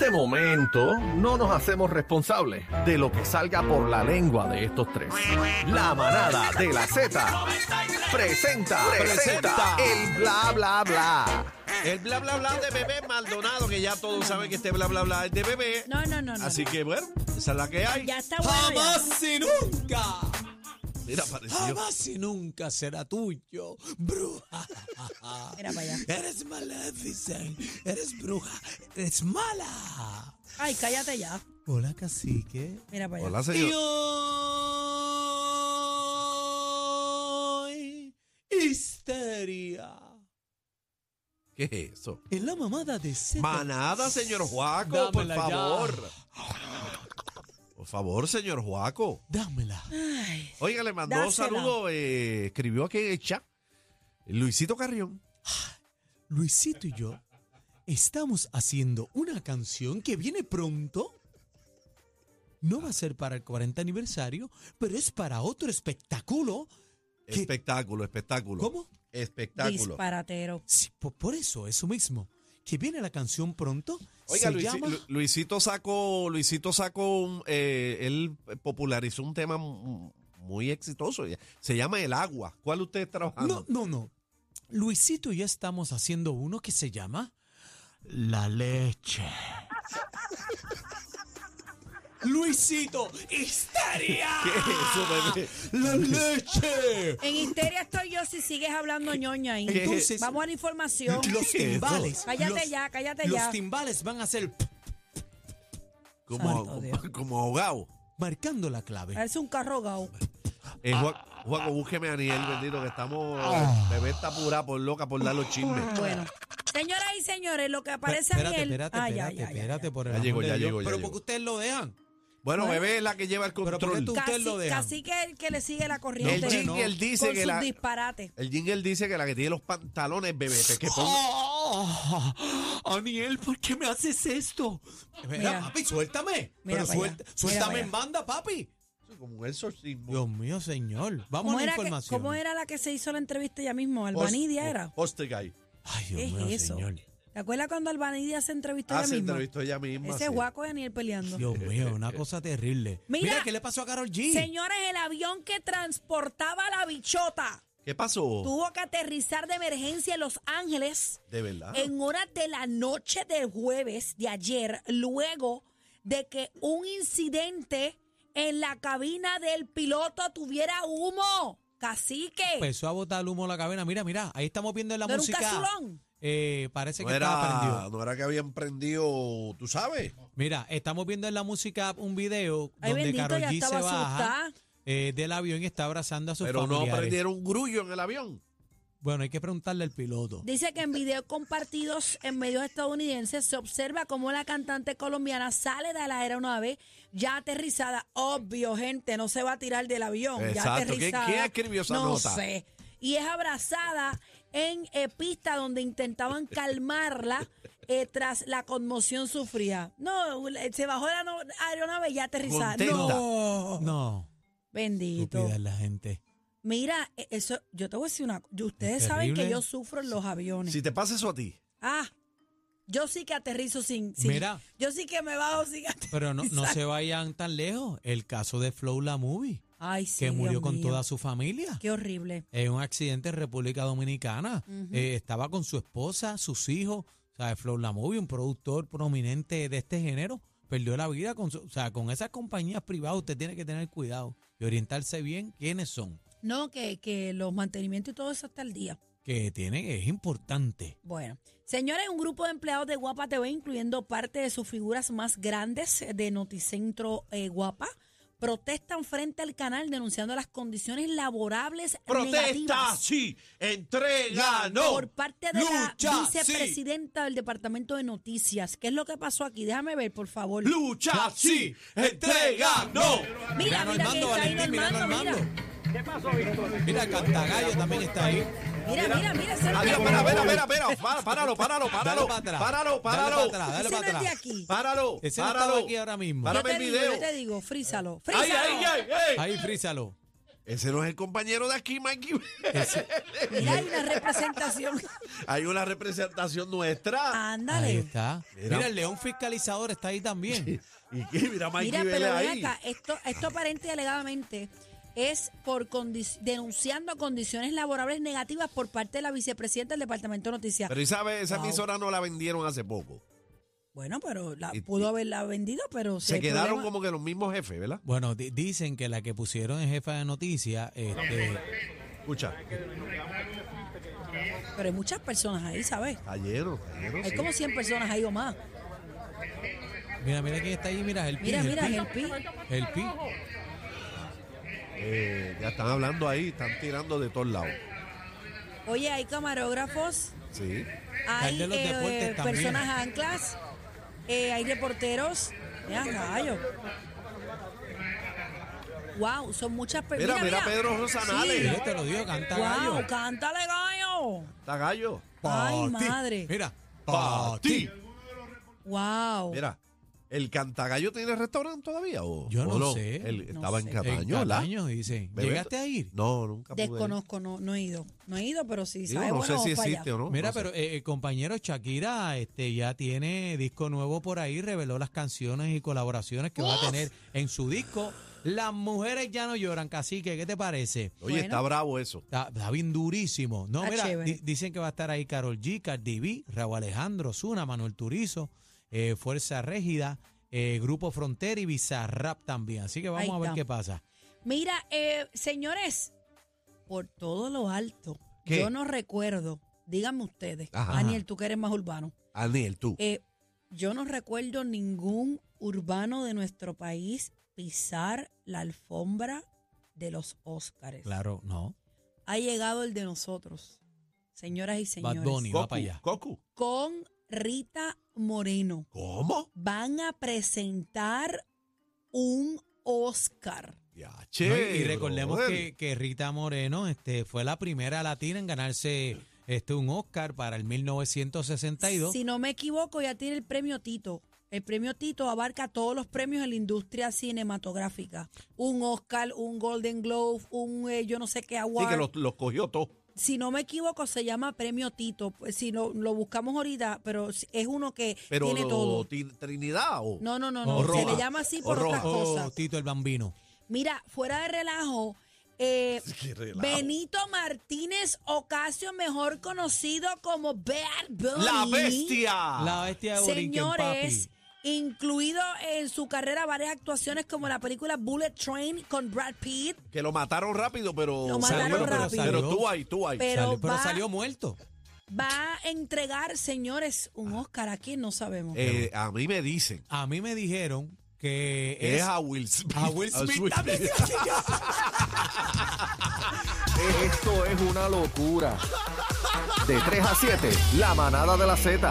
este momento no nos hacemos responsables de lo que salga por la lengua de estos tres. La manada de la Z presenta, presenta el bla bla bla. El bla bla bla de bebé Maldonado, que ya todos saben que este bla bla bla es de bebé. No, no, no, no. Así que bueno, esa es la que hay. Ya está bueno. ya. Jamás y nunca, Mira, apareció. jamás y nunca será tuyo, bruja. Mira para allá. Eres maléficent, eres bruja, eres mala. Ay, cállate ya. Hola, cacique. Mira para allá. Hola, Y señor. hoy, histeria. ¿Qué es eso? En la mamada de Z. Manada, señor Juaco, por Dámela ya. favor. Por favor, señor Juaco. Dámela. Ay, Oiga, le mandó un Dásela. saludo, eh, escribió aquí en el chat. Luisito Carrión. Luisito y yo estamos haciendo una canción que viene pronto. No va a ser para el 40 aniversario, pero es para otro espectáculo. que- Espectáculo, espectáculo. ¿Cómo? Espectáculo. disparatero. Sí, po- por, eso, eso mismo. Que viene la canción pronto. Oiga, se Luisi- llama Lu- Luisito sacó, Luisito sacó, un, eh, él popularizó un tema m- muy exitoso. ya. Se llama El Agua. ¿Cuál usted está No, trabajando? no, no. Luisito y yo estamos haciendo uno que se llama La leche. Luisito, histeria. ¿Qué es eso, bebé? La leche. En histeria estoy yo si sigues hablando ñoña ahí. ¿Qué? Entonces- Vamos a la información. Los ¿Qué es eso? timbales. Cállate los- ya, cállate los ya. timbales van a ser Como, Santo Dios. como ahogado. marcando la clave. Parece un carro gao. Eh, Juan- Juaco, búsqueme a Aniel, bendito, que estamos. Bebé está pura por loca por dar los chismes. Ah. Bueno. Señoras y señores, lo que Pero aparece espérate, Aniel- espérate, Ay, ay, espérate, ay, ay, espérate, ay. por el Ya amor llegó, de ya Dios. llegó, ya Pero llegó. porque ustedes lo dejan. Bueno, bebé es la que lleva el ¿por qué control. tú- Ustedes lo Casi, dejan. casi que el que le sigue la corriente. El No, hombre, no. jingle dice con que sus la. disparates. El jingle dice que la que tiene los pantalones, bebé, te- que ponga. Oh, Aniel, ¿por qué me haces esto? Mira, Mira. papi, suéltame. Mira Pero para suelta- allá. Mira suéltame para en banda, papi. Ah. Como el exorcismo. Dios mío, señor. Vamos ¿Cómo a la era, que- información. cómo era la que se hizo la entrevista ya mismo? Host- Albanidia Oh, era. Hostegay. Ay, ¿Qué Dios es mío, eso? señor. ¿Te acuerdas cuando Albanidia se entrevistó Ah, ella se misma? entrevistó ella misma. Ese sí. guaco de Daniel peleando. Dios mío, una cosa terrible. Mira. ¿qué le pasó a Carol G? Señores, el avión que transportaba la bichota ¿Qué pasó? tuvo que aterrizar de emergencia en Los Ángeles De Ah. verdad. en horas de la noche del jueves de ayer, luego de que un incidente en la cabina del piloto tuviera humo. Cacique, Empezó a botar humo a la cabina. Mira, mira, ahí estamos viendo en la no era un Pues, música. casulón. Eh, parece No que estaba prendido. era, no era que habían prendido, tú sabes. Mira, estamos viendo en la música un video Ay, donde bendito, Karol ya G se estaba baja asustada. eh, del avión y está abrazando a sus Pero no familiares. prendieron grullo en el avión. Bueno, hay que preguntarle al piloto. Dice que en videos compartidos en medios estadounidenses se observa cómo la cantante colombiana sale de la aeronave ya aterrizada. Obvio, gente, no se va a tirar del avión. Ya Exacto. ¿Quién- aterrizada. quién escribió esa no nota? sé. Y es abrazada en eh, pista donde intentaban calmarla eh, tras la conmoción sufrida. No, eh, se bajó de la no- aeronave ya aterrizada. Contenta. No. No, Bendito. estúpida es la gente. Mira, eh, eso, yo te voy a decir una cosa. Ustedes Es saben que terrible. yo sufro en los aviones. Si te pasa eso a ti. Ah, yo sí que aterrizo sin. sin- Mira. Yo sí que me bajo sin aterrizar. Pero no, no se vayan tan lejos. El caso de Flow la Movie, Ay, sí. que murió Dios con mío. toda su familia. Qué horrible. En un accidente en República Dominicana. Eh, estaba con su esposa, sus hijos. O sea, Flow la Movie, un productor prominente de este género, perdió la vida. Con su- o sea, con esas compañías privadas usted tiene que tener cuidado y orientarse bien quiénes son. No, que, que los mantenimientos y todo eso hasta el día. Que tienen, es importante. Bueno, señores, un grupo de empleados de Guapa TV, incluyendo parte de sus figuras más grandes de Noticentro eh, Guapa, protestan frente al canal denunciando las condiciones laborables Protesta, negativas sí. Entrega, no. por parte de la Lucha, sí. vicepresidenta del Departamento de Noticias. ¿Qué es lo que pasó aquí? Déjame ver, por favor. Lucha, sí. Entrega, no. Mira, Mirando mira, que Armando, está ahí Valentín, mirando Normando, mira. Armando. Mira, el Cantagallo también está ahí. Mira, mira, mira. ese Adiós, es espera, el- espera, espera, espera. Pa- Páralo, páralo, Dale páralo. para atrás. Páralo, Dale páralo. para atrás, dale Ese para no es de atrás. aquí. Páralo, Ese no páralo. estaba aquí ahora mismo. Yo Párame te el digo, yo te video. digo, frízalo, Ay, frízalo. ay, ay, ay. Ahí, frízalo. Ese no es el compañero de aquí, Mikey. Mira, hay una representación. Hay una representación Ah. nuestra. Ahí Ándale. está. Mira. Mira, el león fiscalizador está ahí también. Y que mira, Mikey Mira, Vélez pero ven ahí. acá, esto, esto aparente y alegadamente es por condi- denunciando condiciones laborales negativas por parte de la vicepresidenta del Departamento de Noticias. Pero ¿y sabes? Esa Wow. emisora no la vendieron hace poco. bueno, pero la, Y- pudo haberla vendido, pero si Se hay quedaron problema- como que los mismos jefes, ¿verdad? Bueno, di- dicen que la que pusieron en jefa de noticias, este, Escucha, Pero hay muchas personas ahí, ¿sabes? está lleno, está lleno, Hay sí. como 100 personas ahí o más. mira, mira quién está ahí, mira, el pi, Mira, el mira, pi, el pi. el pi. Eh, ya están hablando ahí, están tirando de todos lados. Oye, hay camarógrafos, Sí. hay de los eh, deportes eh, también. personas anclas, eh, hay reporteros. Mira, gallo. Wow, son muchas Mira, personas. mira, Pedro Sí, Rosanales. yo te este lo digo, canta Wow, gallo. cántale gallo. Está gallo. Ay, Pa' ti. madre. Mira, Pa' ti. Wow. Mira, ¿el Cantagallo tiene restaurante todavía? O, Yo o no sé. Él No estaba sé. En en En Cataño, ¿verdad? Cataño, dicen. Bebé, ¿Llegaste a ir? No, nunca pude. ir. Desconozco, no, no he ido. No he ido, pero sí. Digo, sabe, no bueno, sé si vamos para existe allá. o no. Mira, no sé. pero eh, eh, compañero Shakira este, ya tiene disco nuevo por ahí, reveló las canciones y colaboraciones que va a tener en su disco. Las mujeres ya no lloran, cacique, ¿qué te parece? Oye, Bueno. está bravo eso. Está, está bien durísimo. No, Ah, mira, chévere. di- dicen que va a estar ahí Carol G, Cardi B, Raúl Alejandro, Zuna, Manuel Turizo, eh, Fuerza Régida, eh, Grupo Frontera y Bizarrap también. Así que vamos Ahí a ver está. qué pasa. Mira, eh, señores, por todo lo alto, ¿Qué? yo no recuerdo, díganme ustedes, Ajá. Daniel, tú que eres más urbano, Aniel, tú. eh, yo no recuerdo ningún urbano de nuestro país pisar la alfombra de los Óscares. Claro, no. Ha llegado el de nosotros, señoras y señores, Bad Bunny va Cocu, para allá. Cocu. con Rita Moreno. ¿Cómo? van a presentar un Oscar. Ya, No, y- che, y recordemos brother. que, que Rita Moreno este, fue la primera latina en ganarse este, un Oscar para el 1962. Si no me equivoco, ya tiene el premio Tito. El premio Tito abarca todos los premios en la industria cinematográfica. Un Oscar, un Golden Globe, un eh, yo no sé qué Sí, award. que los, los cogió todos. Si no me equivoco, se llama premio Tito. Pues, Si no, lo buscamos ahorita, pero es uno que Pero tiene lo- todo. Ti- Trinidad o. No, no, no, O no. Se Roja. le llama así O por otras Roja. Oh, cosas. Tito el Bambino. Mira, fuera de relajo, eh, Qué relajo. Benito Martínez Ocasio, mejor conocido como Bad Bunny. La bestia. la bestia de Borinquen, Señores, papi. incluido en su carrera varias actuaciones como la película Bullet Train con Brad Pitt, Que lo mataron rápido, pero. Lo mataron salió, pero- rápido. Pero tú ahí, tú ahí. Pero Salió- va- salió muerto. va a entregar, señores, un Ah. Oscar a quien no sabemos. Eh, a mí me dicen A mí me dijeron que que es es a Will Smith. a Will Smith también. Esto es una locura. De 3 a 7, la manada de la Z.